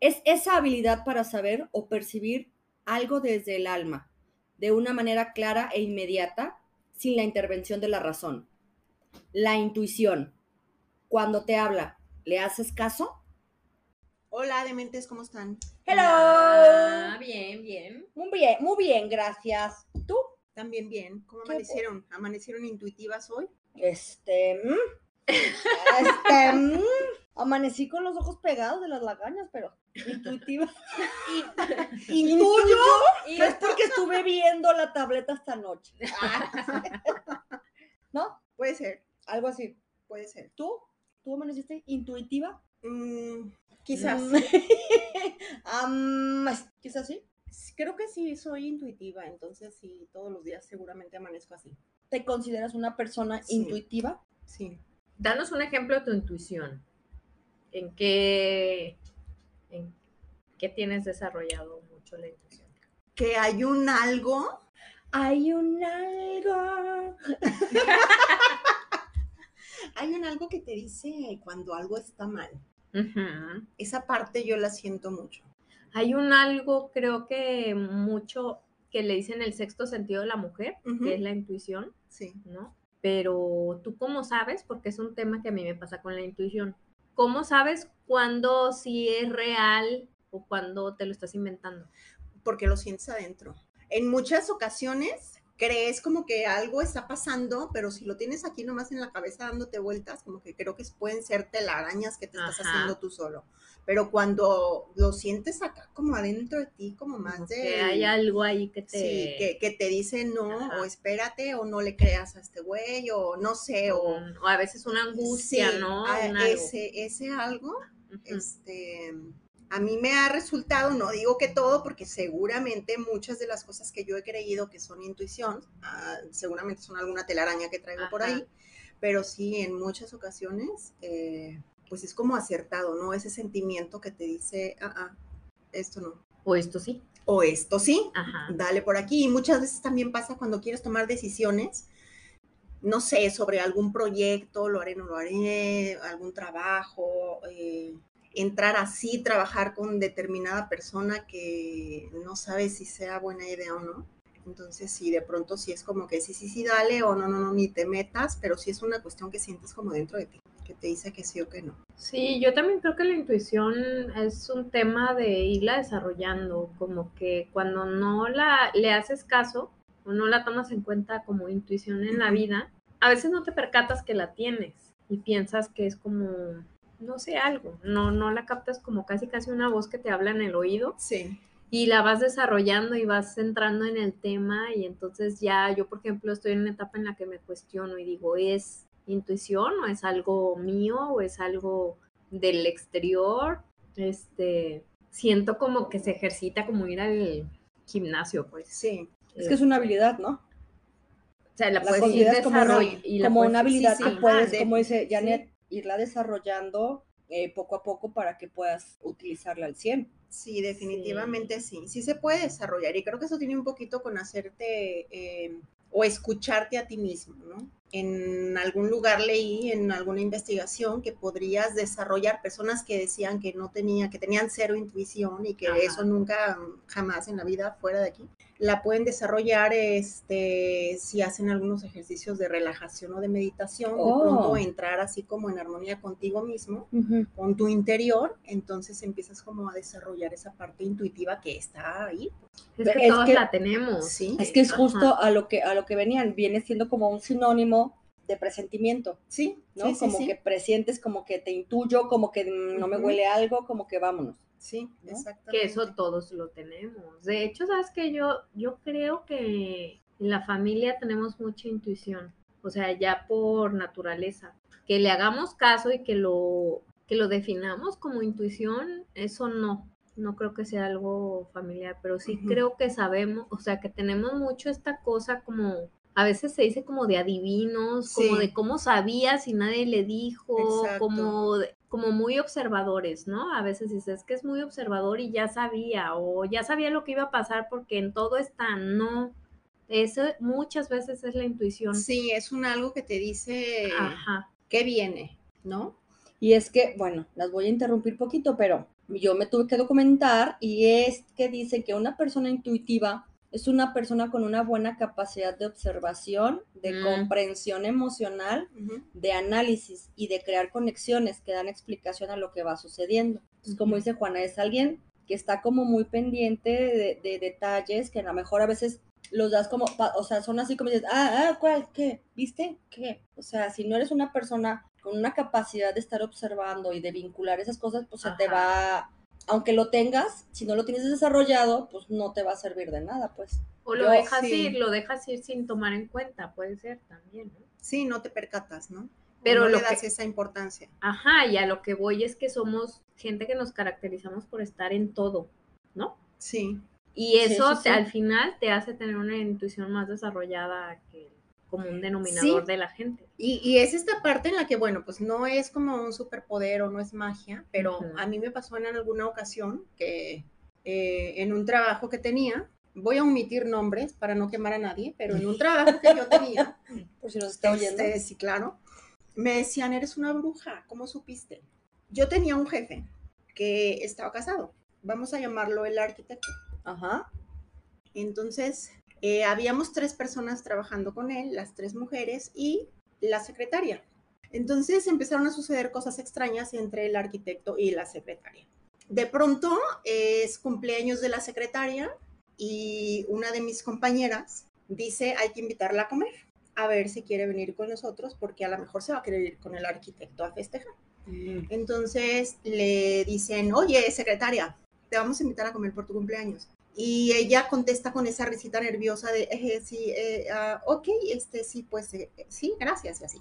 es esa habilidad para saber o percibir algo desde el alma, de una manera clara e inmediata, sin la intervención de la razón. La intuición. Cuando te habla, ¿le haces caso? Hola, dementes, ¿cómo están? Hello. Ah, bien, bien. Muy bien, muy bien, gracias. ¿Tú? También bien. ¿Cómo Qué amanecieron? ¿Amanecieron intuitivas hoy? Este, mm, este, mm, amanecí con los ojos pegados de las lagañas, pero intuitiva. ¿Y tuyo? Y- No es porque estuve viendo la tableta esta noche. ¿No? Puede ser, Algo así. puede ser. ¿Tú? ¿Tú amaneciste intuitiva? Mm, quizás. Am, es- quizás sí. Creo que sí, soy intuitiva, entonces sí, todos los días seguramente amanezco así. ¿Te consideras una persona Sí. intuitiva? Sí. Danos un ejemplo de tu intuición. ¿En qué, en qué tienes desarrollado mucho la intuición? Que hay un algo Hay un algo. Hay un algo que te dice cuando algo está mal. Ujú. Esa parte yo la siento mucho. Hay un algo, creo que mucho que le dicen el sexto sentido de la mujer, Ujú. que es la intuición, Sí. ¿no? Pero tú cómo sabes, porque es un tema que a mí me pasa con la intuición, ¿cómo sabes cuándo sí es real o cuándo te lo estás inventando? Porque lo sientes adentro. En muchas ocasiones crees como que algo está pasando, pero si lo tienes aquí nomás en la cabeza dándote vueltas, como que creo que pueden ser telarañas que te estás Ajá. haciendo tú solo. Pero cuando lo sientes acá como adentro de ti, como más Como de... que hay algo ahí que te... Sí, que, que te dice no, Ajá. o espérate, o no le creas a este güey, o no sé, o... un- o a veces una angustia, Sí, ¿no? a- Un algo. Ese, ese algo Ujú. este, a mí me ha resultado, no digo que todo, porque seguramente muchas de las cosas que yo he creído que son intuición, ah, seguramente son alguna telaraña que traigo por Ajá. ahí, pero sí, en muchas ocasiones, eh, pues es como acertado, ¿no? Ese sentimiento que te dice, ah, ah, esto no, O esto sí. o esto sí, Ajá. dale por aquí. Y muchas veces también pasa cuando quieres tomar decisiones, no sé, sobre algún proyecto, lo haré, no lo haré, algún trabajo, eh, entrar así, trabajar con determinada persona que no sabe si sea buena idea o no. Entonces, sí, de pronto sí es como que sí, sí, sí, dale, o no, no, no, ni te metas, pero sí es una cuestión que sientes como dentro de ti, que te dice que sí o que no. Sí, yo también creo que la intuición es un tema de irla desarrollando, como que cuando no la le haces caso o no la tomas en cuenta como intuición en la Ujú. vida, a veces no te percatas que la tienes y piensas que es como no sé algo, no no la captas como casi casi una voz que te habla en el oído Sí. y la vas desarrollando y vas entrando en el tema y entonces ya yo por ejemplo estoy en una etapa en la que me cuestiono y digo es intuición o es algo mío o es algo del exterior este siento como que se ejercita como ir al gimnasio pues Sí. Es que es Eh, una habilidad, ¿no? o sea la la puedes ir consideras como una- desarroll- y la como puedes- una habilidad sí, que sí, puedes, ajá, Ah, de- como dice sí. Janet, irla desarrollando eh, poco a poco para que puedas utilizarla al 100. Sí, definitivamente sí. sí. se puede desarrollar y creo que eso tiene un poquito con hacerte eh, o escucharte a ti mismo, ¿no? En algún lugar leí, en alguna investigación, que podrías desarrollar personas que decían que no tenía, que tenían cero intuición y que Ajá. eso nunca, jamás en la vida fuera de aquí, la pueden desarrollar este, si hacen algunos ejercicios de relajación o de meditación, de pronto Oh. entrar así como en armonía contigo mismo con tu interior, entonces empiezas como a desarrollar esa parte intuitiva que está ahí. es que Es todos que- la tenemos Sí, Es que es Ajá. justo a lo que, a lo que venían, viene siendo como un sinónimo de presentimiento, sí, ¿no? sí, sí, como sí. que presientes, como que te intuyo, como que mm, no me Ujú. huele algo, como que vámonos. Sí, ¿no? exactamente. que eso todos lo tenemos. De hecho, sabes que yo, yo creo que en la familia tenemos mucha intuición, o sea, ya por naturaleza. Que le hagamos caso y que lo, que lo definamos como intuición, eso no. No creo que sea algo familiar, pero sí Ujú. creo que sabemos, o sea, que tenemos mucho esta cosa como, a veces se dice como de adivinos, como Sí. de cómo sabías y nadie le dijo, Exacto. como, de- como muy observadores, ¿no? A veces dices "Es que es muy observador y ya sabía, o ya sabía lo que iba a pasar porque en todo está, no. Eso muchas veces es la intuición. Sí, es un algo que te dice Ajá. qué viene, ¿no? Y es que, bueno, las voy a interrumpir poquito, pero yo me tuve que documentar y es que dice que una persona intuitiva es una persona con una buena capacidad de observación, de Mm. comprensión emocional, de análisis y de crear conexiones que dan explicación a lo que va sucediendo. Entonces, como Ujú. dice Juana, es alguien que está como muy pendiente de, de detalles que a lo mejor a veces los das como, pa- o sea, son así como dices, ah, ah, ¿cuál? ¿Qué? ¿Viste? ¿Qué? O sea, si no eres una persona con una capacidad de estar observando y de vincular esas cosas, pues se te va, aunque lo tengas, si no lo tienes desarrollado, pues no te va a servir de nada, pues. O lo Yo dejas sí. ir, lo dejas ir sin tomar en cuenta, puede ser también, ¿no? Sí, no te percatas, ¿no? Pero no lo le das que- esa importancia. Ajá, y a lo que voy es que somos gente que nos caracterizamos por estar en todo. Sí, Y Sí, eso sí, te- sí. al final te hace tener una intuición más desarrollada que como un denominador Sí. de la gente. Y, y es esta parte en la que, bueno, pues no es como un superpoder o no es magia, pero Ujú. a mí me pasó en alguna ocasión que eh, en un trabajo que tenía, voy a omitir nombres para no quemar a nadie, pero en un trabajo que yo tenía, Por si nos está oyendo. este, sí, claro, me decían, eres una bruja, ¿cómo supiste? Yo tenía un jefe que estaba casado, vamos a llamarlo el arquitecto. Ajá. Entonces, eh, habíamos tres personas trabajando con él, las tres mujeres y la secretaria. Entonces empezaron a suceder cosas extrañas entre el arquitecto y la secretaria. De pronto eh, es cumpleaños de la secretaria y una de mis compañeras dice hay que invitarla a comer, a ver si quiere venir con nosotros porque a lo mejor se va a querer ir con el arquitecto a festejar. mm. Entonces le dicen, oye, secretaria, te vamos a invitar a comer por tu cumpleaños. Y ella contesta con esa risita nerviosa de, "Eje, sí, eh, ah, ok, este, sí, pues eh, eh, sí, gracias, y así.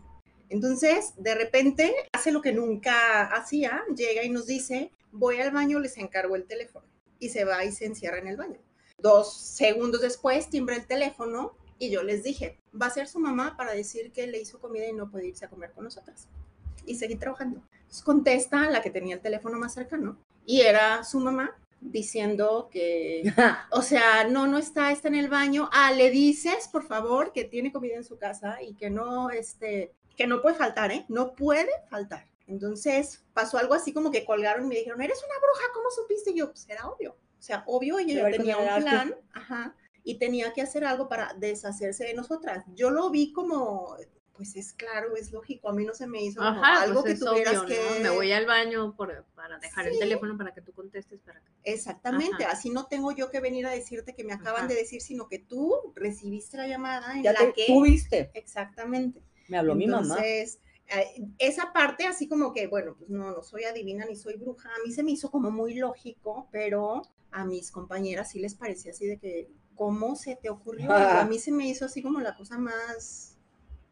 Entonces, de repente, hace lo que nunca hacía, llega y nos dice, voy al baño, les encargo el teléfono. Y se va y se encierra en el baño. Dos segundos después, timbra el teléfono y yo les dije, va a ser su mamá para decir que le hizo comida y no puede irse a comer con nosotras. Y seguí trabajando. Entonces contesta la que tenía el teléfono más cercano y era su mamá diciendo que, o sea, no, no está, está en el baño. Ah, le dices, por favor, que tiene comida en su casa y que no, este, que no puede faltar, ¿eh? No puede faltar. Entonces pasó algo así como que colgaron y me dijeron, eres una bruja, ¿cómo supiste? Y yo, pues era obvio. O sea, obvio, Se ella va a ya ir con tenía el un arte. plan, ajá, y tenía que hacer algo para deshacerse de nosotras. Yo lo vi como, pues es claro, es lógico, a mí no se me hizo como Ajá, algo pues que es tuvieras obvio, que... ¿no? Me voy al baño por- para dejar el Sí. teléfono para que tú contestes, para que Exactamente, Ajá. así no tengo yo que venir a decirte que me acaban Ajá. de decir, sino que tú recibiste la llamada en Ya la te, que... tú viste. Exactamente. Me habló mi mamá. Entonces, eh, esa parte así como que, bueno, pues no, no soy adivina ni soy bruja, a mí se me hizo como muy lógico, pero a mis compañeras sí les parecía así de que, ¿cómo se te ocurrió? Ah. A mí se me hizo así como la cosa más,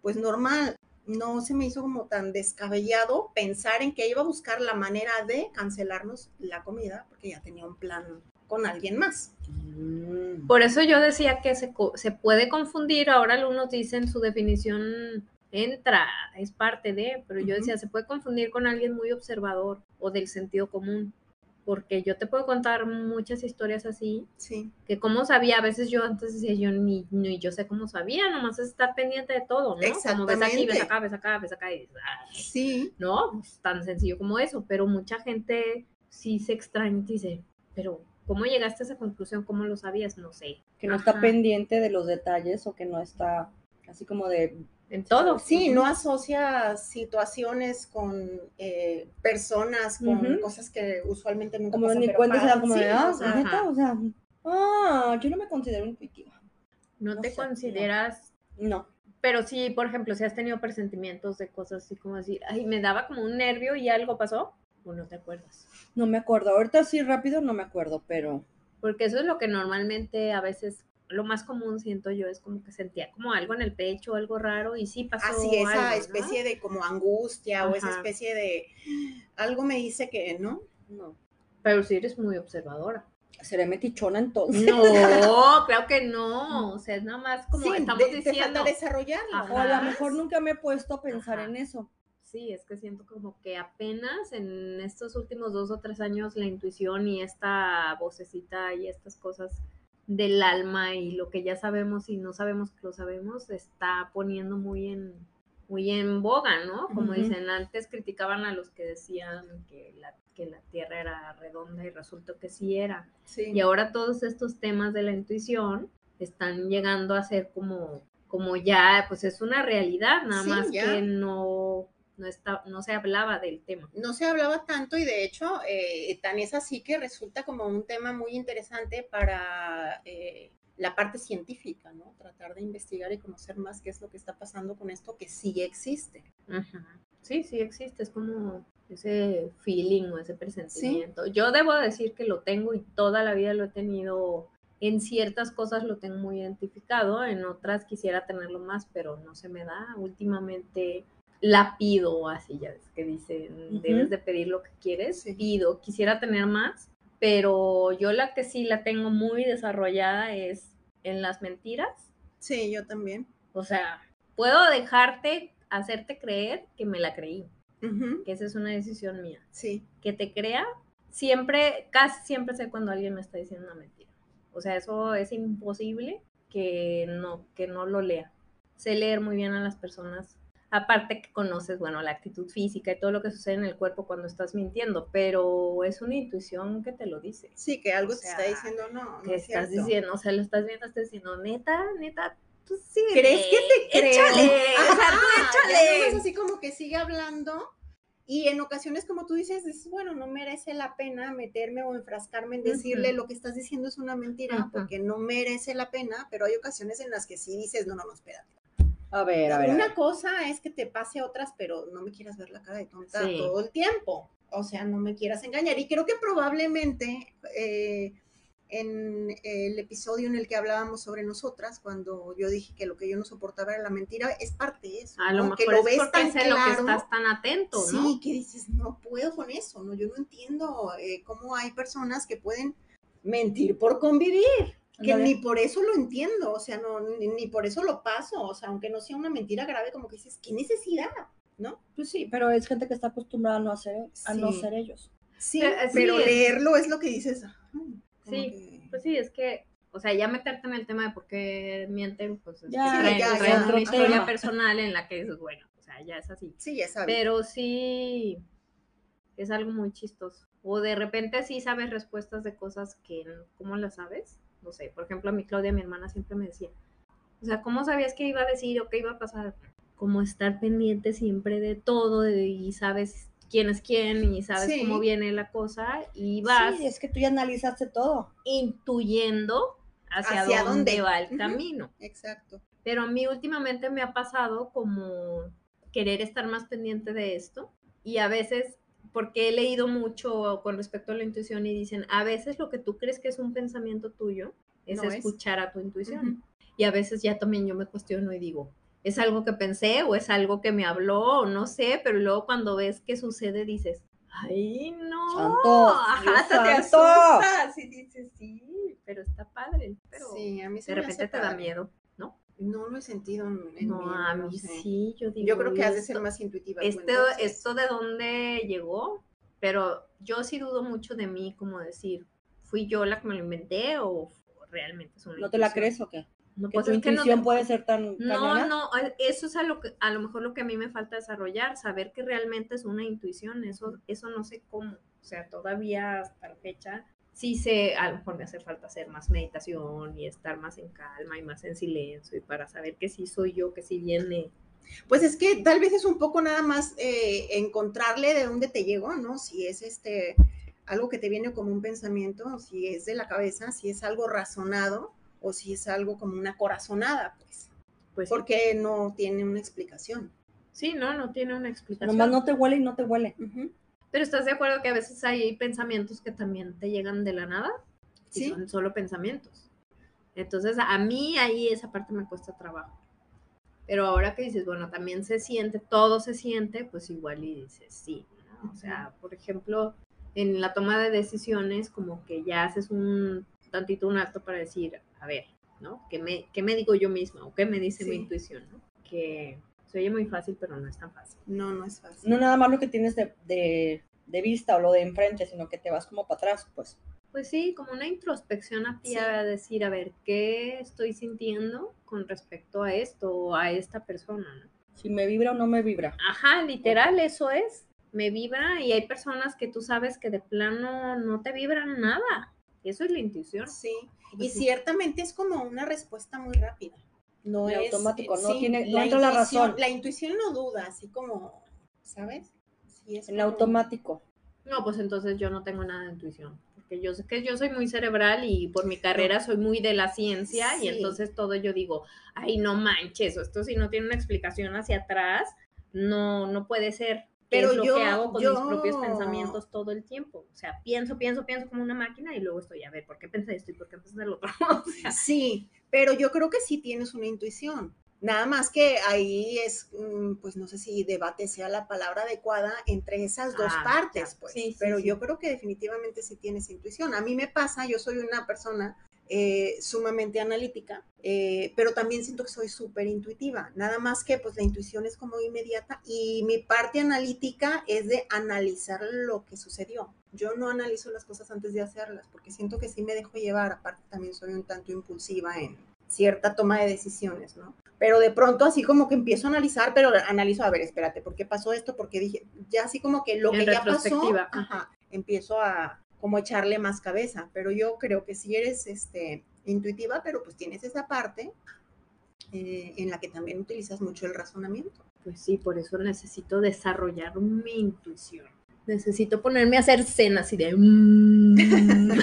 pues normal, no se me hizo como tan descabellado pensar en que iba a buscar la manera de cancelarnos la comida, porque ya tenía un plan con alguien más. Mm. Por eso yo decía que se, co- se puede confundir, ahora algunos dicen su definición entra, es parte de, pero yo Ujú. decía, se puede confundir con alguien muy observador o del sentido común, porque yo te puedo contar muchas historias así, Sí, que cómo sabía, a veces yo antes decía, yo ni, ni yo sé cómo sabía, nomás es estar pendiente de todo, ¿no? Como ves aquí, ves Exactamente. acá, ves acá, ves acá, y dices, "Ah, sí, ¿no? Pues, tan sencillo como eso, pero mucha gente sí se extraña y dice, pero ¿cómo llegaste a esa conclusión? ¿Cómo lo sabías? No sé. que no está Ajá. pendiente de los detalles o que no está así como de En todo. Sí, Ujú. no asocia situaciones con eh, personas, con Ujú. cosas que usualmente nunca como pasan, ni pero cuenta se da pasan. como de Sí, ah, o sea, ajá. neta, o sea, ah, yo no me considero intuitiva. No no te sé, consideras, No. pero sí, por ejemplo, si has tenido presentimientos de cosas así como decir, ay, me daba como un nervio y algo pasó. ¿O no te acuerdas? No me acuerdo. Ahorita sí rápido no me acuerdo, pero Porque eso es lo que normalmente a veces, lo más común siento yo, es como que sentía como algo en el pecho, algo raro, y sí pasó Así, esa algo, ¿no? especie de como angustia o esa Ajá. especie de algo me dice que no. no. Pero sí eres muy observadora. Seré metichona entonces. No, claro que no. O sea, es nada más como Sí, estamos de- te diciendo. falta desarrollarlo. Ajá. O a lo ¿no? mejor nunca me he puesto a pensar Ajá. en eso. Sí, es que siento como que apenas en estos últimos dos o tres años la intuición y esta vocecita y estas cosas del alma y lo que ya sabemos y no sabemos que lo sabemos se está poniendo muy en muy en boga, ¿no? Como Ujú. dicen, antes criticaban a los que decían que la, que la Tierra era redonda y resultó que sí era. Sí. Y ahora todos estos temas de la intuición están llegando a ser como, como ya, pues es una realidad, nada Sí, más ya. que no, no, está, no se hablaba del tema. no se hablaba tanto y de hecho eh, tan es así que resulta como un tema muy interesante para eh, la parte científica, ¿no? Tratar de investigar y conocer más qué es lo que está pasando con esto que sí existe. Sí, sí existe, es como ese feeling o ese presentimiento. Yo debo decir que lo tengo y toda la vida lo he tenido. En ciertas cosas lo tengo muy identificado, en otras quisiera tenerlo más, pero no se me da. Últimamente la pido, así ya ves que dicen, debes Ujú. de pedir lo que quieres. Sí. Pido, quisiera tener más, pero yo la que sí la tengo muy desarrollada es en las mentiras. Sí, yo también. O sea, puedo dejarte, hacerte creer que me la creí, Ujú, que esa es una decisión mía. Sí, Que te crea, siempre, casi siempre sé cuando alguien me está diciendo una mentira. O sea, eso es imposible que no, que no lo lea. Sé leer muy bien a las personas. Aparte que conoces, bueno, la actitud física y todo lo que sucede en el cuerpo cuando estás mintiendo, pero es una intuición que te lo dice sí, que algo O te sea, está diciendo no. no que es estás cierto. diciendo, o sea, lo estás viendo, estás diciendo, neta, neta, tú sí. ¿Crees que te creo? Échale, Ajá, o sea, tú ya nada más échale. así como que sigue hablando y en ocasiones, como tú dices, dices, bueno, no merece la pena meterme o enfrascarme en decirle Ujú. lo que estás diciendo es una mentira Ajá. porque no merece la pena, pero hay ocasiones en las que sí dices, no, no, no, espérate. A ver, a ver. a una ver. cosa es que te pase a otras, pero no me quieras ver la cara de tonta Sí. todo el tiempo. O sea, no me quieras engañar. Y creo que probablemente eh, en el episodio en el que hablábamos sobre nosotras, cuando yo dije que lo que yo no soportaba era la mentira, es parte de eso. A ¿no? lo mejor que es porque es en lo que estás tan atento, ¿no? Sí, que dices, no puedo con eso, no, yo no entiendo eh, cómo hay personas que pueden mentir por convivir, que Ándale. ni por eso lo entiendo, o sea, no, ni, ni por eso lo paso, o sea, aunque no sea una mentira grave, como que dices, ¿qué necesidad? Pues sí, pero es gente que está acostumbrada a no hacer, a no Sí. ser ellos. Sí, Pero, eh, sí, pero es- leerlo es lo que dices. ajá, como Sí, que- Pues sí, es que, o sea, ya meterte en el tema de por qué mienten, pues es Ya, que Sí, traen, ya, traen ya, una otro historia tema. personal en la que dices, bueno, o sea, ya es así. sí, ya sabes. Pero sí, es algo muy chistoso. O de repente sí sabes respuestas de cosas que, n- ¿cómo las sabes? No sé, por ejemplo, a mi Claudia, mi hermana, siempre me decía, o sea, ¿cómo sabías que iba a decir o qué iba a pasar? Como estar pendiente siempre de todo de- y sabes quién es quién y sabes Sí. cómo viene la cosa y vas Sí, es que tú ya analizaste todo. intuyendo hacia, ¿Hacia dónde, dónde? va el Ujú. camino. Exacto. Pero a mí últimamente me ha pasado como querer estar más pendiente de esto y a veces, porque he leído mucho con respecto a la intuición y dicen, a veces lo que tú crees que es un pensamiento tuyo es No es. escuchar a tu intuición. Y a veces ya también yo me cuestiono y digo, ¿es algo que pensé o es algo que me habló o no sé? Pero luego cuando ves que sucede dices, ¡ay, no! Santo, Ajá, Dios hasta te santo. asustas y dices, sí, pero está padre. Pero sí, a mí se de me hace repente te da padre. miedo. ¿no? No lo he sentido en, en no, mí, a no mí sé. sí, yo digo. Yo creo que has de "¿Y ser esto- más intuitiva. tú, este, entonces. esto de dónde llegó, pero yo sí dudo mucho de mí, como decir, fui yo la que me lo inventé o realmente es una ¿No te la intuición? crees o qué? No, Que pues tu es que no intuición te- puede ser tan no, cañona. no, a- eso es a lo, que, a lo mejor lo que a mí me falta desarrollar, saber que realmente es una intuición, eso, eso no sé cómo, o sea, todavía hasta la fecha, sí sé, a lo mejor me hace falta hacer más meditación y estar más en calma y más en silencio y para saber que sí soy yo, que sí viene. Pues es que tal vez es un poco nada más eh, encontrarle de dónde te llegó, ¿no? Si es este algo que te viene como un pensamiento, si es de la cabeza, si es algo razonado o si es algo como una corazonada, pues, Pues sí. porque no tiene una explicación. sí, no, no tiene una explicación. Nomás no te huele y no te huele. Ujú. Pero estás de acuerdo que a veces hay pensamientos que también te llegan de la nada y Sí. son solo pensamientos. Entonces, a mí ahí esa parte me cuesta trabajo. Pero ahora que dices, bueno, también se siente, todo se siente, pues igual y dices sí. ¿no? O sea, por ejemplo, en la toma de decisiones, como que ya haces un tantito un acto para decir, a ver, ¿no? ¿Qué me, qué me digo yo misma o qué me dice mi Sí. intuición? ¿no? Que se oye muy fácil, pero no es tan fácil. No, no es fácil. No nada más lo que tienes de, de- de vista o lo de enfrente, sino que te vas como para atrás, pues. Pues sí, como una introspección a ti Sí. a decir, a ver, ¿qué estoy sintiendo con respecto a esto o a esta persona? ¿no? Si me vibra o no me vibra. Ajá, literal, eso es. Me vibra y hay personas que tú sabes que de plano no te vibran nada. Eso es la intuición. Sí, y Pues sí. ciertamente es como una respuesta muy rápida. No Muy es automático, no sí, tiene- no entra la intuición- razón. La intuición no duda, así como, ¿sabes? Sí, es En como- automático. No, pues entonces yo no tengo nada de intuición. Porque yo sé que yo soy muy cerebral y por mi carrera soy muy de la ciencia y Sí. entonces todo yo digo, ay, no manches, esto si no tiene una explicación hacia atrás, no, no puede ser. Pero Pero es lo yo- que hago con mis propios yo- pensamientos todo el tiempo. O sea, pienso, pienso, pienso como una máquina y luego estoy, a ver, ¿por qué pensé esto y por qué pensé lo otro? O sea, Sí, pero yo creo que sí tienes una intuición. Nada más que ahí es, mm, pues no sé si debate sea la palabra adecuada entre esas dos Ah, partes, ya. pues. Sí, sí, pero sí. yo creo que definitivamente sí tienes intuición. A mí me pasa, yo soy una persona eh, sumamente analítica, eh, pero también siento que soy súper intuitiva. Nada más que, pues la intuición es como inmediata y mi parte analítica es de analizar lo que sucedió. Yo no analizo las cosas antes de hacerlas porque siento que sí me dejo llevar. Aparte, también soy un tanto impulsiva en cierta toma de decisiones, ¿no? Pero de pronto así como que empiezo a analizar, pero analizo, a ver, espérate, ¿por qué pasó esto? ¿Por qué dije? Ya así como que lo En que ya pasó, retrospectiva, ajá, empiezo a como echarle más cabeza. Pero yo creo que si eres este, intuitiva, pero pues tienes esa parte eh, en la que también utilizas mucho el razonamiento. Pues sí, por eso necesito desarrollar mi intuición. Necesito ponerme a hacer cenas y de... mm,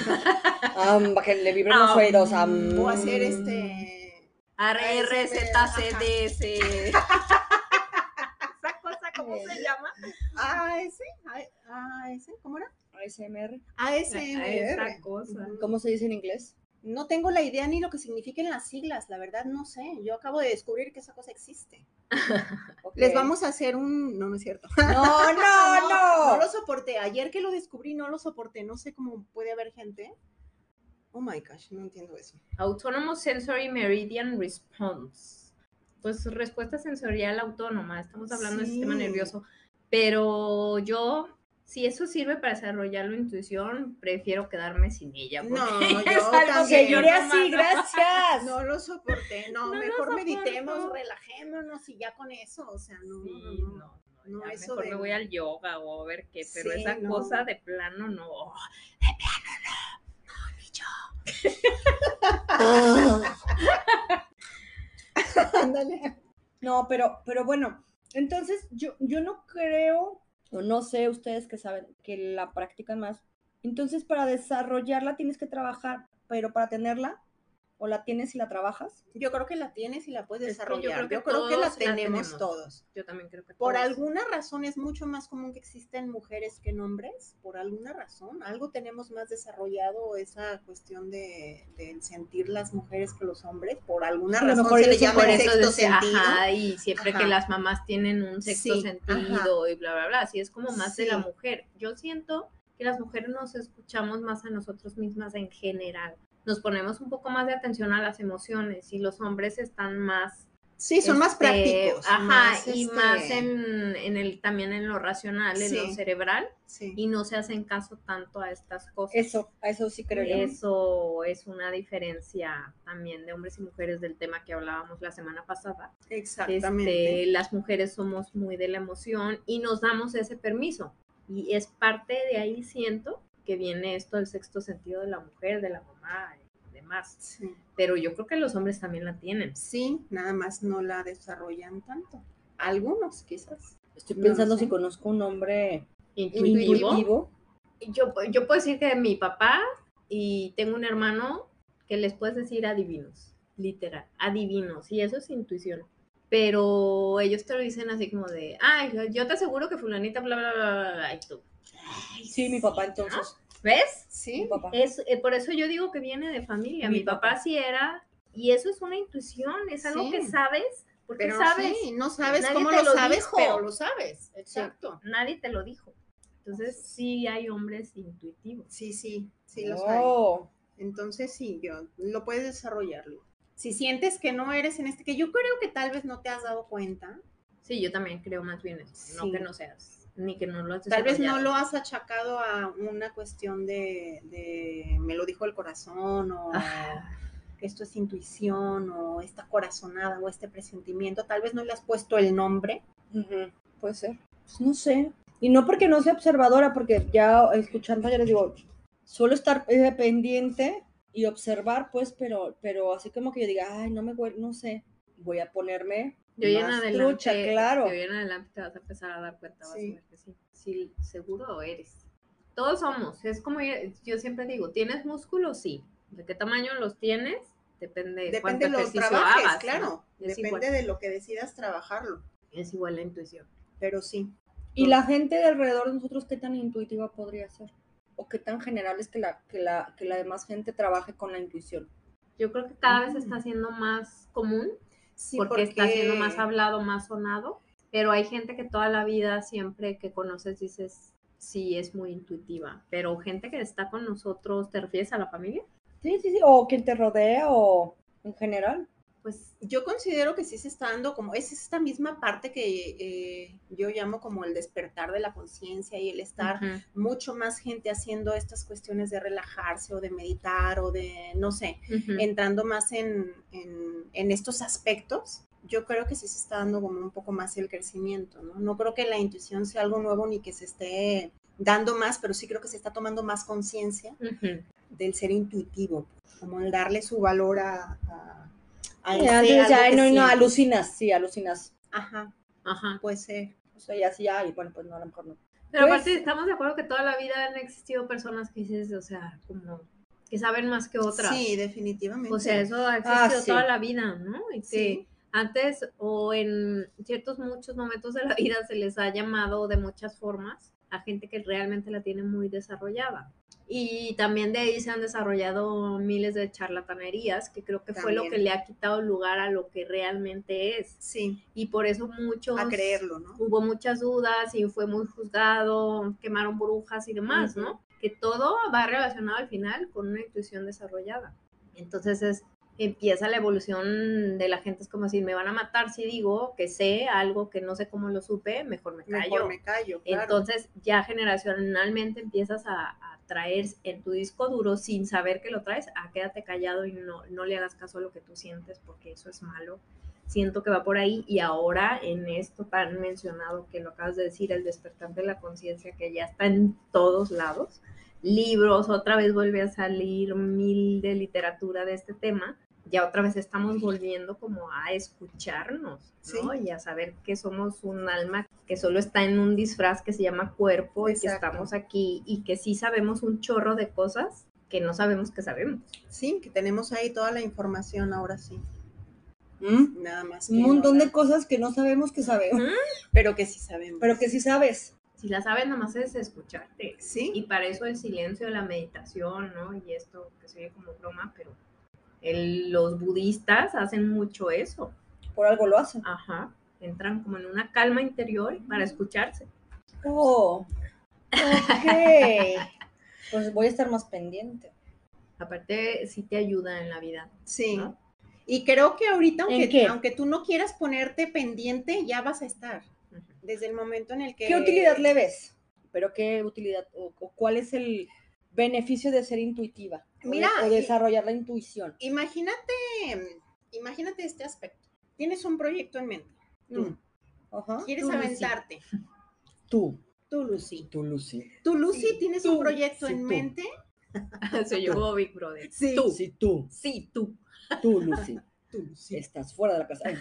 Am, para que le vibren los Am, oídos. am. O hacer Mm. este... R, R, Z, C, Ajá. D, C. Esa cosa, ¿cómo se llama? AS, AS, ¿cómo era? ASMR. ASMR. Esa cosa. Ujú. ¿Cómo se dice en inglés? No tengo la idea ni lo que signifiquen las siglas, la verdad no sé. Yo acabo de descubrir que esa cosa existe. Ok. Les vamos a hacer un... No, no es cierto. No, ¡Ah, no, no. No lo soporté. Ayer que lo descubrí no lo soporté. No sé cómo puede haber gente. Oh my gosh, no entiendo eso. Autonomous Sensory Meridian Response. Pues respuesta sensorial autónoma. Estamos hablando del sistema Sí. nervioso. Pero yo, si eso sirve para desarrollar la intuición, prefiero quedarme sin ella. No, porque yo es algo que también. yo no Gracias, mando. gracias. No lo soporté. No, No lo mejor meditemos, soporto. relajémonos y ya con eso. O sea, no. no, Sí, no, no. no, No, no, ya eso mejor de- me voy al yoga o a ver qué, pero Sí, esa no. cosa de plano no. Ah. Ándale. No, pero, pero bueno, entonces yo, yo no creo, o no sé ustedes que saben, que la practican más. Entonces, para desarrollarla tienes que trabajar, pero para tenerla, o la tienes y la trabajas. Yo creo que la tienes y la puedes Es que yo desarrollar. Yo creo que, la, todos la tenemos tenemos. todos. Yo también creo que Por todos. alguna razón es mucho más común que existen mujeres que en hombres, por alguna razón. Algo tenemos más desarrollado esa cuestión de, del sentir las mujeres que los hombres. Por alguna A lo razón mejor se le ellos son llama por el eso sexto decía, sentido. ajá, y siempre Ajá. que las mamás tienen un sexto Sí, sentido y bla, bla, bla, así es como más de la Sí. mujer. Yo siento que las mujeres nos escuchamos más a nosotros mismas en general. Nos ponemos un poco más de atención a las emociones y los hombres están más Sí, son más este, prácticos. Ajá, y este, más en, en el, también en lo racional, en lo Sí. cerebral, sí. y no se hacen caso tanto a estas cosas. Eso, a eso sí creo yo. Eso es una diferencia también de hombres y mujeres del tema que hablábamos la semana pasada. Exactamente. Este, las mujeres somos muy de la emoción y nos damos ese permiso. Y es parte de ahí, siento, que viene esto del sexto sentido de la mujer, de la mamá y demás. Sí. Pero yo creo que los hombres también la tienen. Sí, nada más no la desarrollan tanto. Algunos quizás. Estoy No lo pensando sé. si conozco un hombre Intuitivo. intuitivo. yo, yo puedo decir que mi papá y tengo un hermano que les puedes decir adivinos, literal, adivinos, y eso es intuición. Pero ellos te lo dicen así como de, ay, yo te aseguro que fulanita, bla, bla, bla, bla, bla, y tú. Sí, mi papá entonces. ¿Ves? Mi Sí. papá. Es, eh, por eso yo digo que viene de familia. Mi, Mi papá. papá. sí era, y eso es una intuición, es algo Sí. que sabes, porque Pero sabes, sí, no sabes Nadie cómo te lo, lo sabes, dijo. pero lo sabes. Exacto. nadie te lo dijo. Entonces sí hay hombres intuitivos. Sí, sí, sí los hay. Oh, Entonces sí, yo lo puedes desarrollarlo. Si sientes que no eres en este, que yo creo que tal vez no te has dado cuenta, Sí, yo también creo más bien eso, no Sí. que no seas, ni que no lo has tal vez no desarrollado. lo has achacado a una cuestión de, de me lo dijo el corazón o Ah, esto es intuición o esta corazonada o este presentimiento, tal vez no le has puesto el nombre. ujú, puede ser. Pues no sé. Y no porque no sea observadora, porque ya escuchando ya les digo, solo estar eh, pendiente y observar, pues, pero, pero así como que yo diga, ay, no me huele, no sé, voy a ponerme de hoy en más adelante, trucha, claro. de hoy en adelante te vas a empezar a dar cuenta, vas Sí. a ver que sí, sí, seguro eres. Todos somos, es como yo, yo siempre digo, ¿tienes músculos? Sí. ¿De qué tamaño los tienes? Depende, de Depende cuánto de los ejercicio trabajes, hagas, ¿no? claro. Es Depende igual. de lo que decidas trabajarlo, Es igual la intuición. pero sí. Y la gente de alrededor de nosotros, ¿qué tan intuitiva podría ser? ¿O qué tan general es que la, que la, que la demás gente trabaje con la intuición? Yo creo que cada vez Mm. está siendo más común Sí, porque, está siendo más hablado, más sonado, pero hay gente que toda la vida siempre que conoces dices, sí, es muy intuitiva, pero gente que está con nosotros, ¿te refieres a la familia? Sí, sí, sí. O quien te rodea o en general. Pues Yo considero que sí se está dando como, es esta misma parte que eh, yo llamo como el despertar de la conciencia y el estar ujú. mucho más gente haciendo estas cuestiones de relajarse o de meditar o de, no sé, Ujú. entrando más en, en- en estos aspectos. Yo creo que sí se está dando como un poco más el crecimiento, ¿no? No creo que la intuición sea algo nuevo ni que se esté dando más, pero sí creo que se está tomando más conciencia Ujú. del ser intuitivo, como el darle su valor a... a- a Sí, ese antes algo ya, que no, no, sientes. alucinas, sí, alucinas. Ajá, Ajá. puede ser. O sea, ya sí, ay, bueno, pues no, a lo mejor no. Pero Pues- aparte estamos de acuerdo que toda la vida han existido personas que dices, o sea, como que saben más que otras. Sí, definitivamente. O sea, eso ha existido Ah, toda sí. la vida, ¿no? Y que Sí. antes o en ciertos muchos momentos de la vida se les ha llamado de muchas formas a gente que realmente la tiene muy desarrollada. Y también de ahí se han desarrollado miles de charlatanerías, que creo que fue lo También. que le ha quitado lugar a lo que realmente es. sí, Y por eso muchos... a creerlo, ¿no? Hubo muchas dudas y fue muy juzgado, quemaron brujas y demás, Ujú. ¿no? Que todo va relacionado al final con una intuición desarrollada. Entonces es, empieza la evolución de la gente, es como si me van a matar si digo que sé algo que no sé cómo lo supe, mejor me callo. Mejor me callo, claro. Entonces ya generacionalmente empiezas a, a traer en tu disco duro sin saber que lo traes, a quédate callado y no, no le hagas caso a lo que tú sientes porque eso es malo. Siento que va por ahí y ahora en esto tan mencionado que lo acabas de decir, el despertar de la conciencia que ya está en todos lados, libros, otra vez vuelve a salir mil de literatura de este tema, ya otra vez estamos volviendo como a escucharnos, ¿no? Y a saber que somos un alma que solo está en un disfraz que se llama cuerpo y que Exacto. estamos aquí y que sí sabemos un chorro de cosas que no sabemos que sabemos. Sí, que tenemos ahí toda la información ahora sí, nada más. que Un montón no de la- cosas que no sabemos que sabemos, Pero que sí sabemos. pero que sí sabes. Si la sabes, nada más es escucharte. Sí, Y para eso el silencio, la meditación, ¿no? Y esto que se oye como broma, pero el- los budistas hacen mucho eso. Por algo lo hacen. Ajá. Entran como en una calma interior para escucharse. Oh, ok. pues voy a estar más pendiente. Aparte, sí te ayuda en la vida. sí. ¿no? Y creo que ahorita, ¿En aunque, qué? aunque tú no quieras ponerte pendiente, ya vas a estar. Ujú. Desde el momento en el que... ¿Qué utilidad le ves? Pero qué utilidad, o, o cuál es el beneficio de ser intuitiva. o de- Mira, o, y- desarrollar la intuición. Imagínate, mm, imagínate este aspecto. Tienes un proyecto en mente. Tú Mm. Ajá. quieres Tú, Lucy. aventarte. Tú, Tú, Lucy. tú, Lucy. Tú, Lucy, Sí, tienes tú, un proyecto sí, en tú. mente. Se llegó Big Brother. Sí. Tú. Sí, tú, Sí, tú. tú, Lucy. Tú, Lucy. Estás fuera de la casa. Ay.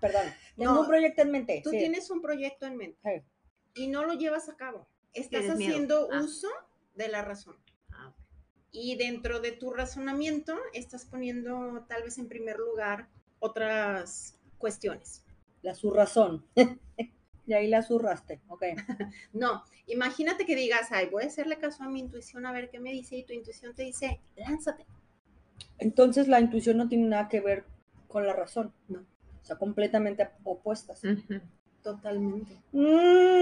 Perdón. Tengo No, un proyecto en mente. Tú sí. tienes un proyecto en mente Sí. y no lo llevas a cabo. Estás Tienes miedo. haciendo Ah. uso de la razón. Ah, ok. Y dentro de tu razonamiento estás poniendo tal vez en primer lugar otras cuestiones. La su razón. Y ahí la zurraste, ok. No, imagínate que digas, ay, voy a hacerle caso a mi intuición a ver qué me dice y tu intuición te dice, lánzate. Entonces la intuición no tiene nada que ver con la razón. No. O sea, completamente opuestas. Ujú. Totalmente. Mm.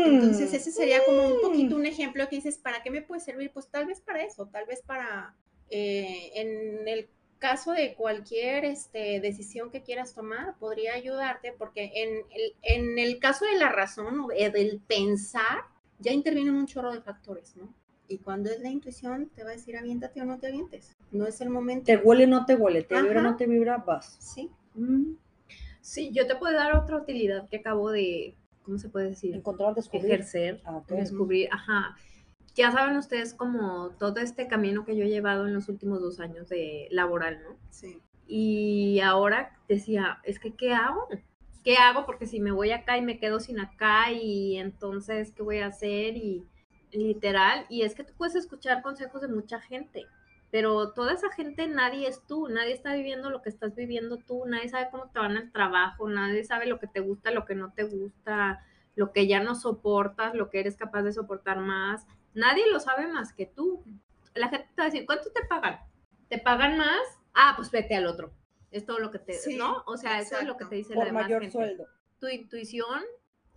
Entonces ese sería como un poquito Mm. un ejemplo que dices, ¿para qué me puede servir? Pues tal vez para eso, tal vez para, eh, en el caso de cualquier este, decisión que quieras tomar, podría ayudarte, porque en el, en el caso de la razón o de- del pensar, ya intervienen un chorro de factores, ¿no? Y cuando es la intuición, te va a decir, aviéntate o no te avientes. No es el momento. Te huele, no te huele, te vibra, Ajá. no te vibra, vas. Sí. Mm. Sí, yo te puedo dar otra utilidad que acabo de, ¿cómo se puede decir? Encontrar, descubrir. Ejercer. Ah, ok. descubrir, ajá. Ya saben ustedes como todo este camino que yo he llevado en los últimos dos años de laboral, ¿no? Sí. Y ahora decía, es que ¿qué hago? ¿Qué hago? Porque si me voy acá y me quedo sin acá y entonces, ¿qué voy a hacer? Y literal, y es que tú puedes escuchar consejos de mucha gente, pero toda esa gente, nadie es tú, nadie está viviendo lo que estás viviendo tú, nadie sabe cómo te van al trabajo, nadie sabe lo que te gusta, lo que no te gusta, lo que ya no soportas, lo que eres capaz de soportar más, nadie lo sabe más que tú. La gente te va a decir, ¿cuánto te pagan? ¿Te pagan más? Ah, pues vete al otro. Es todo lo que te, Sí, ¿no? O sea, eso es lo que exacto. te dice la Por demás mayor pues. gente sueldo. tu intuición,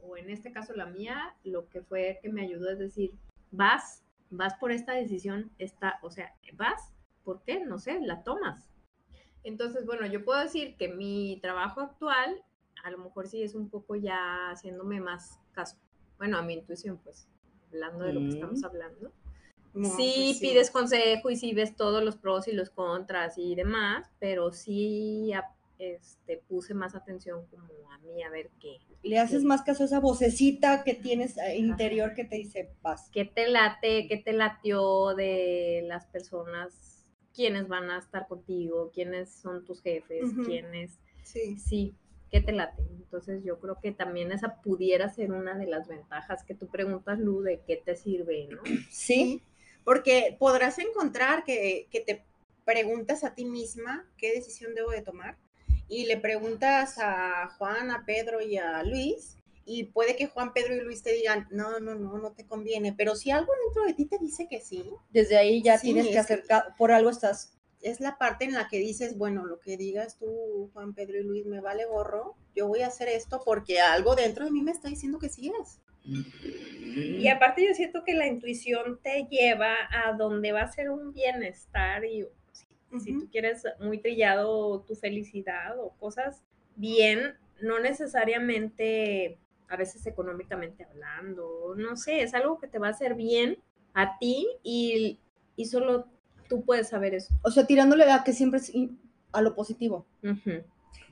o en este caso la mía, lo que fue que me ayudó es decir, vas, vas por esta decisión, esta, o sea, vas, ¿por qué? No sé, la tomas. Entonces, bueno, yo puedo decir que mi trabajo actual, a lo mejor sí es un poco ya haciéndome más caso. Bueno, a mi intuición, pues, hablando de lo que Mm. estamos hablando. No, sí, pues pides consejo y sí ves todos los pros y los contras y demás, pero sí a- este, puse más atención como a mí a ver qué, Le haces Sí. más caso a esa vocecita que tienes eh, interior que te dice, vas. qué te late, qué te latió de las personas, quiénes van a estar contigo, quiénes son tus jefes, Ujú. quiénes, Sí. sí, qué te late. Entonces yo creo que también esa pudiera ser una de las ventajas que tú preguntas, Lu, de qué te sirve, ¿no? Sí, Sí, porque podrás encontrar que, que te preguntas a ti misma qué decisión debo de tomar y le preguntas a Juan, a Pedro y a Luis y puede que Juan, Pedro y Luis te digan, no, no, no, no te conviene, pero si algo dentro de ti te dice que sí, desde ahí ya Sí, tienes que es que- acercar, por algo estás es la parte en la que dices, bueno, lo que digas tú, Juan, Pedro y Luis, me vale gorro, yo voy a hacer esto porque algo dentro de mí me está diciendo que sí es. Y aparte yo siento que la intuición te lleva a donde va a ser un bienestar y si tú Ujú. quieres muy trillado tu felicidad o cosas bien, no necesariamente a veces económicamente hablando, no sé, es algo que te va a hacer bien a ti y, y solo tú puedes saber eso. O sea, tirándole a que siempre es in- a lo positivo.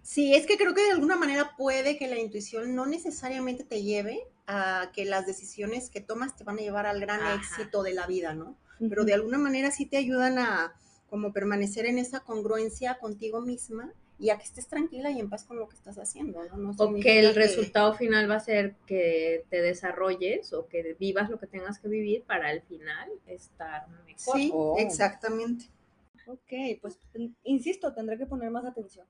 Sí, es que creo que de alguna manera puede que la intuición no necesariamente te lleve a que las decisiones que tomas te van a llevar al gran Ajá. éxito de la vida, ¿no? Pero de alguna manera sí te ayudan a como permanecer en esa congruencia contigo misma y a que estés tranquila y en paz con lo que estás haciendo, ¿no? No O que significa el resultado final va a ser que te desarrolles o que vivas lo que tengas que vivir para al final estar mejor. Sí, Oh. exactamente. Ok, pues ten- insisto, tendré que poner más atención.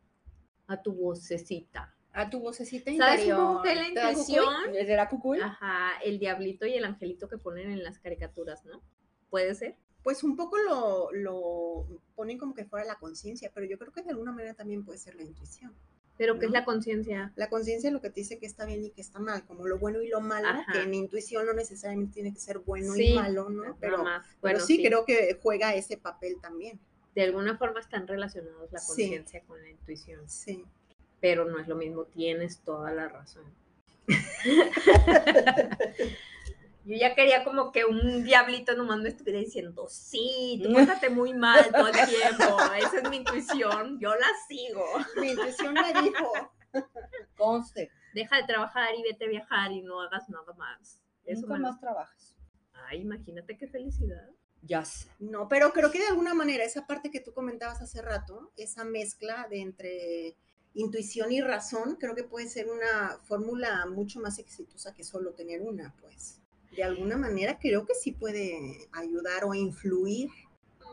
a tu vocecita. A tu vocecita ¿Sabes un interior. poco qué es la te da- intuición? ¿Desde la cucuy? Ajá, el diablito y el angelito que ponen en las caricaturas, ¿no? Puede ser. Pues un poco lo, lo ponen como que fuera la conciencia, pero yo creo que de alguna manera también puede ser la intuición. Pero ¿qué es ¿No? la conciencia? La conciencia es lo que te dice que está bien y que está mal, como lo bueno y lo malo, Ajá. que en intuición no necesariamente tiene que ser bueno Sí, y malo, ¿no? Nada Pero, más. pero sí, creo que juega ese papel también. De alguna forma están relacionados la Sí. conciencia con la intuición, Sí. pero no es lo mismo, tienes toda la razón. Yo ya quería como que un diablito nomás me estuviera diciendo, sí, tú pórtate muy mal todo el tiempo, esa es mi intuición, yo la sigo. Mi intuición me dijo. Conste, Deja de trabajar y vete a viajar y no hagas nada más. Eso nunca me lo- más trabajas. Ay, imagínate qué felicidad. Ya sé. No, pero creo que de alguna manera esa parte que tú comentabas hace rato, esa mezcla de entre intuición y razón, creo que puede ser una fórmula mucho más exitosa que solo tener una, pues. De alguna manera creo que sí puede ayudar o influir.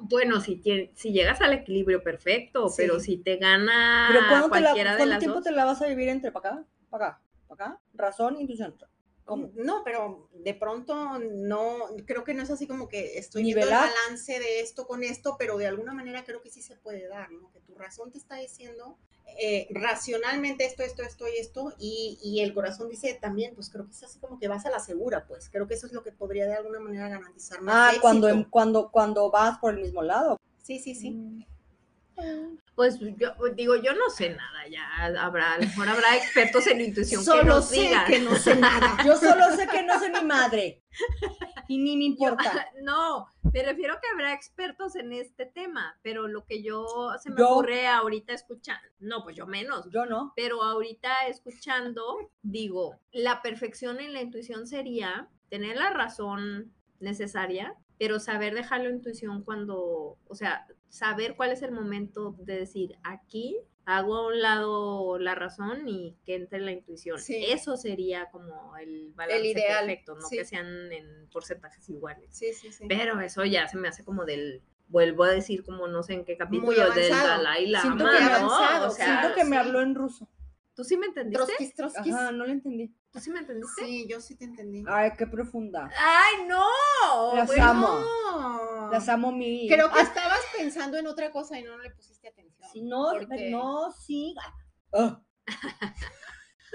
Bueno, si, tie- si llegas al equilibrio perfecto, Sí. pero si te gana Pero ¿cuándo te la, Ah, cualquiera de ¿cuánto las tiempo dos, te la vas a vivir entre para acá, para acá, para acá? Razón, intuición. Mm, ¿Cómo? No, pero de pronto no, creo que no es así como que estoy Nivelar. viendo el balance de esto con esto, pero de alguna manera creo que sí se puede dar, ¿no? Que tu razón te está diciendo eh, racionalmente esto, esto, esto y esto, y, y el corazón dice también, pues creo que es así como que vas a la segura, pues creo que eso es lo que podría de alguna manera garantizar más. Ah, éxito. cuando, em- cuando, cuando vas por el mismo lado. Sí, sí, sí. Pues yo digo, yo no sé nada, ya habrá, a lo mejor habrá expertos en intuición que Solo nos sé digan. que no sé nada. Yo solo sé que no soy mi madre. Y ni me importa. No, me refiero que habrá expertos en este tema, pero lo que yo se me Yo- ocurre ahorita escuchando, no, pues yo menos, Yo no. pero ahorita escuchando, digo, la perfección en la intuición sería tener la razón necesaria, pero saber dejar la intuición cuando, o sea, saber cuál es el momento de decir, aquí hago a un lado la razón y que entre la intuición. Sí. Eso sería como el balance ideal, perfecto, no sí. que sean en porcentajes iguales. Sí, sí, sí. Pero eso ya se me hace como del, vuelvo a decir como no sé en qué capítulo, del avanzado. Dalai Lama, Siento que ¿no? avanzado, O sea, Siento que sí. me habló en ruso. ¿Tú sí me entendiste? Trotsky, Trotsky. Ajá, no lo entendí. ¿Tú sí me entendiste? Sí, yo sí te entendí. Ay, qué profunda. ¡Ay, no! Las Bueno, amo. No. Las amo mil. Creo que Ah, estabas pensando en otra cosa y no le pusiste atención. si no, porque- no, sí. Ah,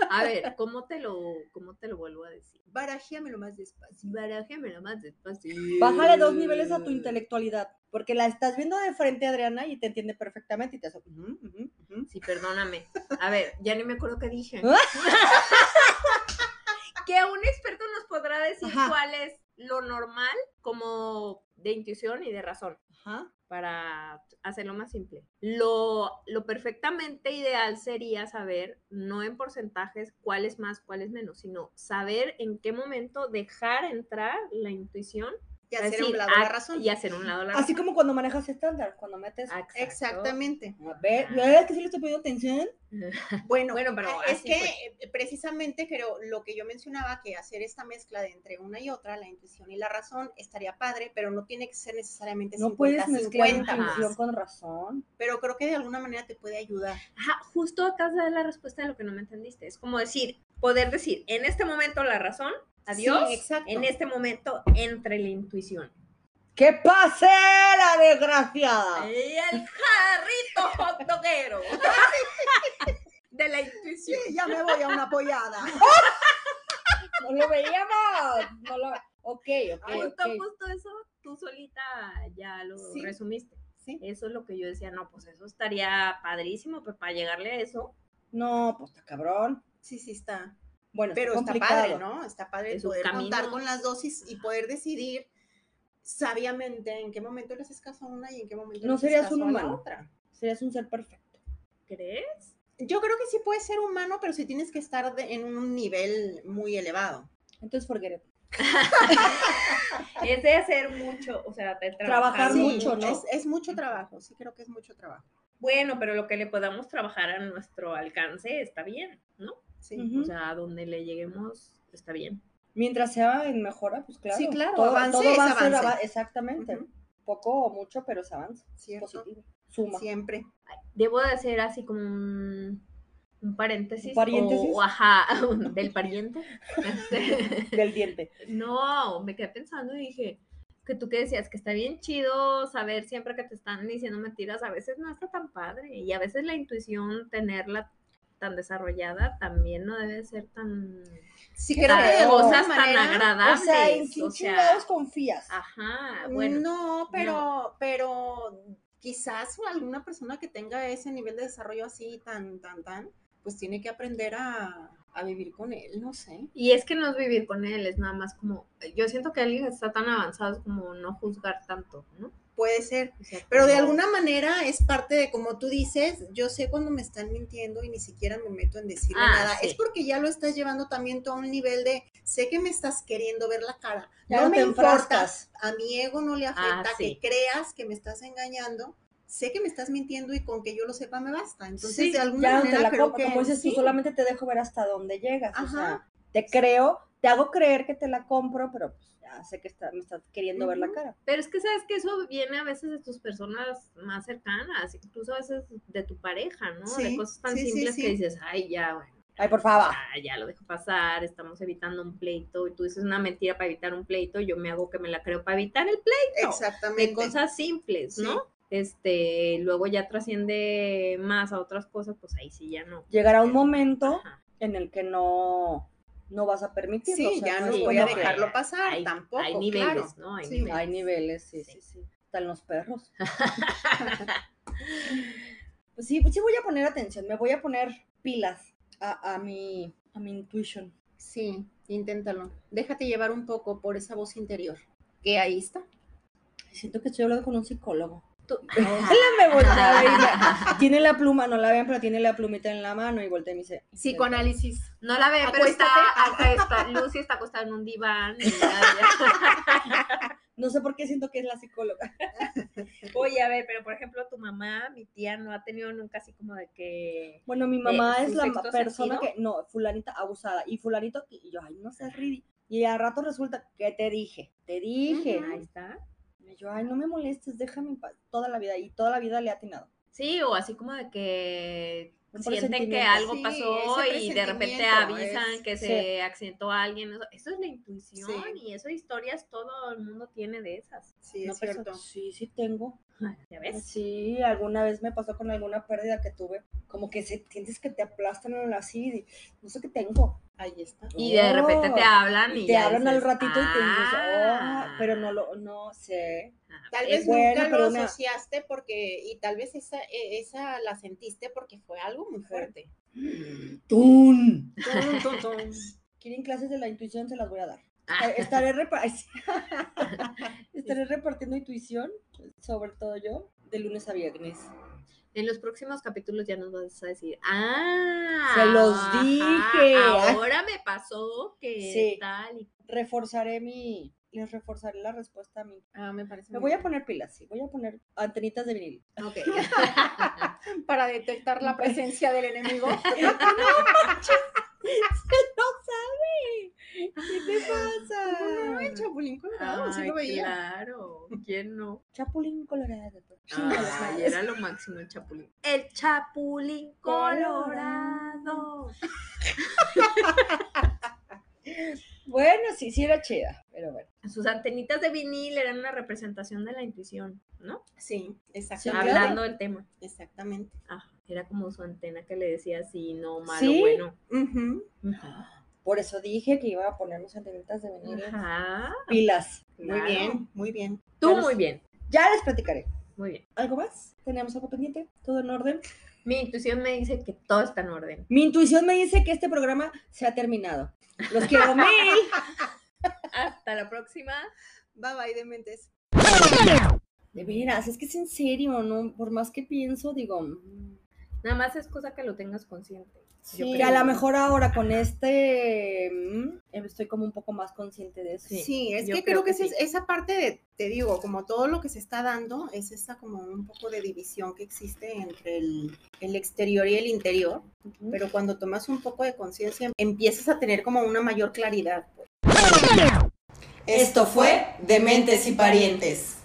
A ver, ¿cómo te lo, cómo te lo vuelvo a decir? Barajéamelo más despacio. Barájamelo más despacio. Bájale dos niveles Ah. a tu intelectualidad. Porque la estás viendo de frente, Adriana, y te entiende perfectamente. Y te hace. ujú, ujú, ujú. Sí, perdóname. A ver, ya ni me acuerdo qué dije. Ah. que un experto nos podrá decir Ajá. cuál es lo normal como de intuición y de razón Ajá. para hacerlo más simple. Lo, lo perfectamente ideal sería saber, no en porcentajes, cuál es más, cuál es menos, sino saber en qué momento dejar entrar la intuición Y para hacer a un decir, lado la "Ah, razón. Y hacer a un lado la Así razón. como cuando manejas estándar, cuando metes. Ah, A Exacto. Exactamente. ver, la verdad es que sí le estoy pidiendo atención. Bueno, Bueno, pero ah, es así que fue. eh, precisamente creo lo que yo mencionaba, que hacer esta mezcla de entre una y otra, la intuición y la razón, estaría padre, pero no tiene que ser necesariamente No puedes mezclar 50-50. intuición con razón. Pero creo que de alguna manera te puede ayudar. Ajá, justo acá de dar la respuesta de lo que no me entendiste. Es como decir, poder decir, en este momento la razón, adiós. Sí, exacto. En este momento entre la intuición. ¡Que pase la Ah. desgraciada! Eh. Y el jarrito hotdoguero de la intuición. ya me voy a una apoyada. No lo veíamos. No lo... Ok, ok, Justo, ok. justo eso, tú solita ya lo Sí. resumiste. Sí. Eso es lo que yo decía, no, pues eso estaría padrísimo, pero para llegarle a eso, No, pues está cabrón. Sí, sí está. Bueno, Pero está complicado. padre, ¿no? Está padre Es un poder camino. contar con las dosis y poder decidir sabiamente en qué momento le haces caso a una y en qué momento No le haces serías caso un a la humano. otra. Serías un ser perfecto. ¿crees? Yo creo que sí puedes ser humano, pero sí tienes que estar de- en un nivel muy elevado. Entonces, forget it. Es de hacer mucho, o sea, de Trabajar Sí, mucho, ¿no? Es, es mucho trabajo, sí creo que es mucho trabajo. Bueno, pero lo que le podamos trabajar a nuestro alcance está bien, ¿no? Sí, Ujú. O sea, a donde le lleguemos está bien. Mientras sea en mejora, pues claro. Sí, claro, Todo, avance todo es va a ser avance. ava- exactamente. Ujú, Poco o mucho, pero es avance. Es Cierto. positivo. Suma. Siempre. Debo de hacer así como un, un paréntesis. ¿Un paréntesis? o- o ajá, un- del pariente. Este, Del diente. no, me quedé pensando y dije, que tú que decías, que está bien chido saber siempre que te están diciendo mentiras, a veces no está tan padre. Y a veces la intuición, tenerla tan desarrollada, también no debe ser tan... Sí Creo creo tan- que de no. alguna cosas tan manera- agradables. o sea, en quién chingados confías. Ah. Ajá, Ah, bueno. no, pero, pero quizás alguna persona que tenga ese nivel de desarrollo así tan, tan, tan, pues tiene que aprender a, a vivir con él, no sé. Y es que no es vivir con él, es nada más como, yo siento que alguien está tan avanzado es como no juzgar tanto, ¿no? Puede ser. O sea, Pero de como- alguna manera es parte de, como tú dices, yo sé cuando me están mintiendo y ni siquiera me meto en decirle Ah, nada. sí. Es porque ya lo estás llevando también tú a un nivel de, sé que me estás queriendo ver la cara. Ya no, no me te importa. enfrascas. A mi ego no le afecta Ah, sí. que creas que me estás engañando. Sé que me estás mintiendo y con que yo lo sepa me basta. Entonces, Sí, de alguna ya no te manera la creo compro. que Como dices, tú sí. solamente te dejo ver hasta dónde llegas. O sea, Ajá. te creo, te hago creer que te la compro, pero pues ya sé que está- me estás queriendo ver la Ujú. cara. Pero es que sabes que eso viene a veces de tus personas más cercanas, incluso a veces de tu pareja, ¿no? de Sí, cosas tan sí, sí, simples que sí. dices, ay, ya, bueno, Ay, por favor. Ah, ya lo dejo pasar, estamos evitando un pleito, y tú dices una mentira para evitar un pleito, yo me hago que me la creo para evitar el pleito. Exactamente. De cosas simples, ¿no? Sí. Este, luego ya trasciende más a otras cosas, pues ahí sí ya no. Llegará un momento Ajá. en el que no, no vas a permitirlo. Sí, o sea, ya no no es voy como a que- dejarlo pasar Hay- Ah, tampoco. Hay claro. niveles, ¿no? Hay Sí. niveles. Hay niveles, sí, Sí. sí, sí. Están los perros. pues sí, pues sí voy a poner atención, me voy a poner pilas a, a mi a mi intuition. Sí, inténtalo. Déjate llevar un poco por esa voz interior. Que ahí está. Siento que estoy hablando con un psicólogo. Tú- Él me voltea a ver y ya- Tiene la pluma, no la vean, pero tiene la plumita en la mano y voltea y me dice. Psicoanálisis. No la ve, pero está, Acuéstate. está- Lucy está acostada en un diván. y ya- No sé por qué siento que es la psicóloga. Oye, a ver, pero por ejemplo, tu mamá, mi tía, no ha tenido nunca así como de que. Bueno, mi mamá Eh, es ¿su la ma- sexto persona sentido? que, no, fulanita abusada y fulanito, que- y yo, ay, no seas ridículo. Y al rato resulta, que te dije? Te dije. Ahí está. Y yo, ay, no me molestes, déjame en paz. Toda la vida, y toda la vida le ha atinado. Sí, o así como de que Un sienten que presentimiento. algo Sí, pasó ese y de repente presentimiento avisan es- que sí. se accidentó alguien. Eso, eso es la intuición Sí. y eso historias todo el mundo tiene de esas. Sí, es No, pero cierto. Sí, sí tengo. ¿Ya ves? Sí, alguna vez me pasó con alguna pérdida que tuve. Como que se, sientes que te aplastan en la silla y no sé qué tengo. Ahí está. Y de repente te Oh. hablan y, Y te ya hablan al dices, ratito y te dices, "Ah". oh, pero no lo, no sé. Ajá. Tal Es vez bueno, nunca lo pero una- asociaste porque, y tal vez esa, e- esa la sentiste porque fue algo muy fuerte. ¡Tun! Tum, tum, tum. ¿Quieren clases de la intuición? Se las voy a dar. Eh, Ah. Estaré, repa- Ay, sí. Estaré repartiendo intuición, sobre todo yo, de lunes a viernes. En los próximos capítulos ya nos vas a decir, ah, Se los ajá, dije. Ahora me pasó que Sí. tal y Reforzaré mi, les reforzaré la respuesta a mi Ah, me parece. Me muy voy a bien. poner pilas, sí. Voy a poner antenitas de vinil. Ok. Para detectar la presencia del enemigo. ¿Qué te pasa? No, el chapulín colorado, sí Ay, lo veía. Claro, ¿quién no? Chapulín colorado. Ah, Chinga la Ay, madre. era lo máximo el chapulín. El chapulín colorado. Bueno, sí, sí era chida, pero bueno. Sus antenitas de vinil eran una representación de la intuición, ¿no? Sí, Sí, exactamente. claro. Hablando del tema. Exactamente. Ajá, era como su antena que le decía sí, no, malo, Sí. bueno. Ujú. Por eso dije que iba a poner mis antenitas de vinil. Ajá. Pilas. Muy claro. bien, muy bien. Tú Pero muy sí. bien, Ya les platicaré. muy bien. ¿Algo más? ¿Teníamos algo pendiente? ¿Todo en orden? Mi intuición me dice que todo está en orden. Mi intuición me dice que este programa se ha terminado. Los quiero mil. Hasta la próxima. Bye bye, dementes. De veras, es que es en serio, ¿no? Por más que pienso, digo... mm, Nada más es cosa que lo tengas consciente. Yo Sí, creo. a lo mejor ahora con este mm, estoy como un poco más consciente de eso. Sí, Sí, es que yo creo, creo que, esa que es- esa parte de, te digo, como todo lo que se está dando, es esta como un poco de división que existe entre el, el exterior y el interior, Ujú. pero cuando tomas un poco de conciencia empiezas a tener como una mayor claridad. pues. Esto fue Dementes y Parientes.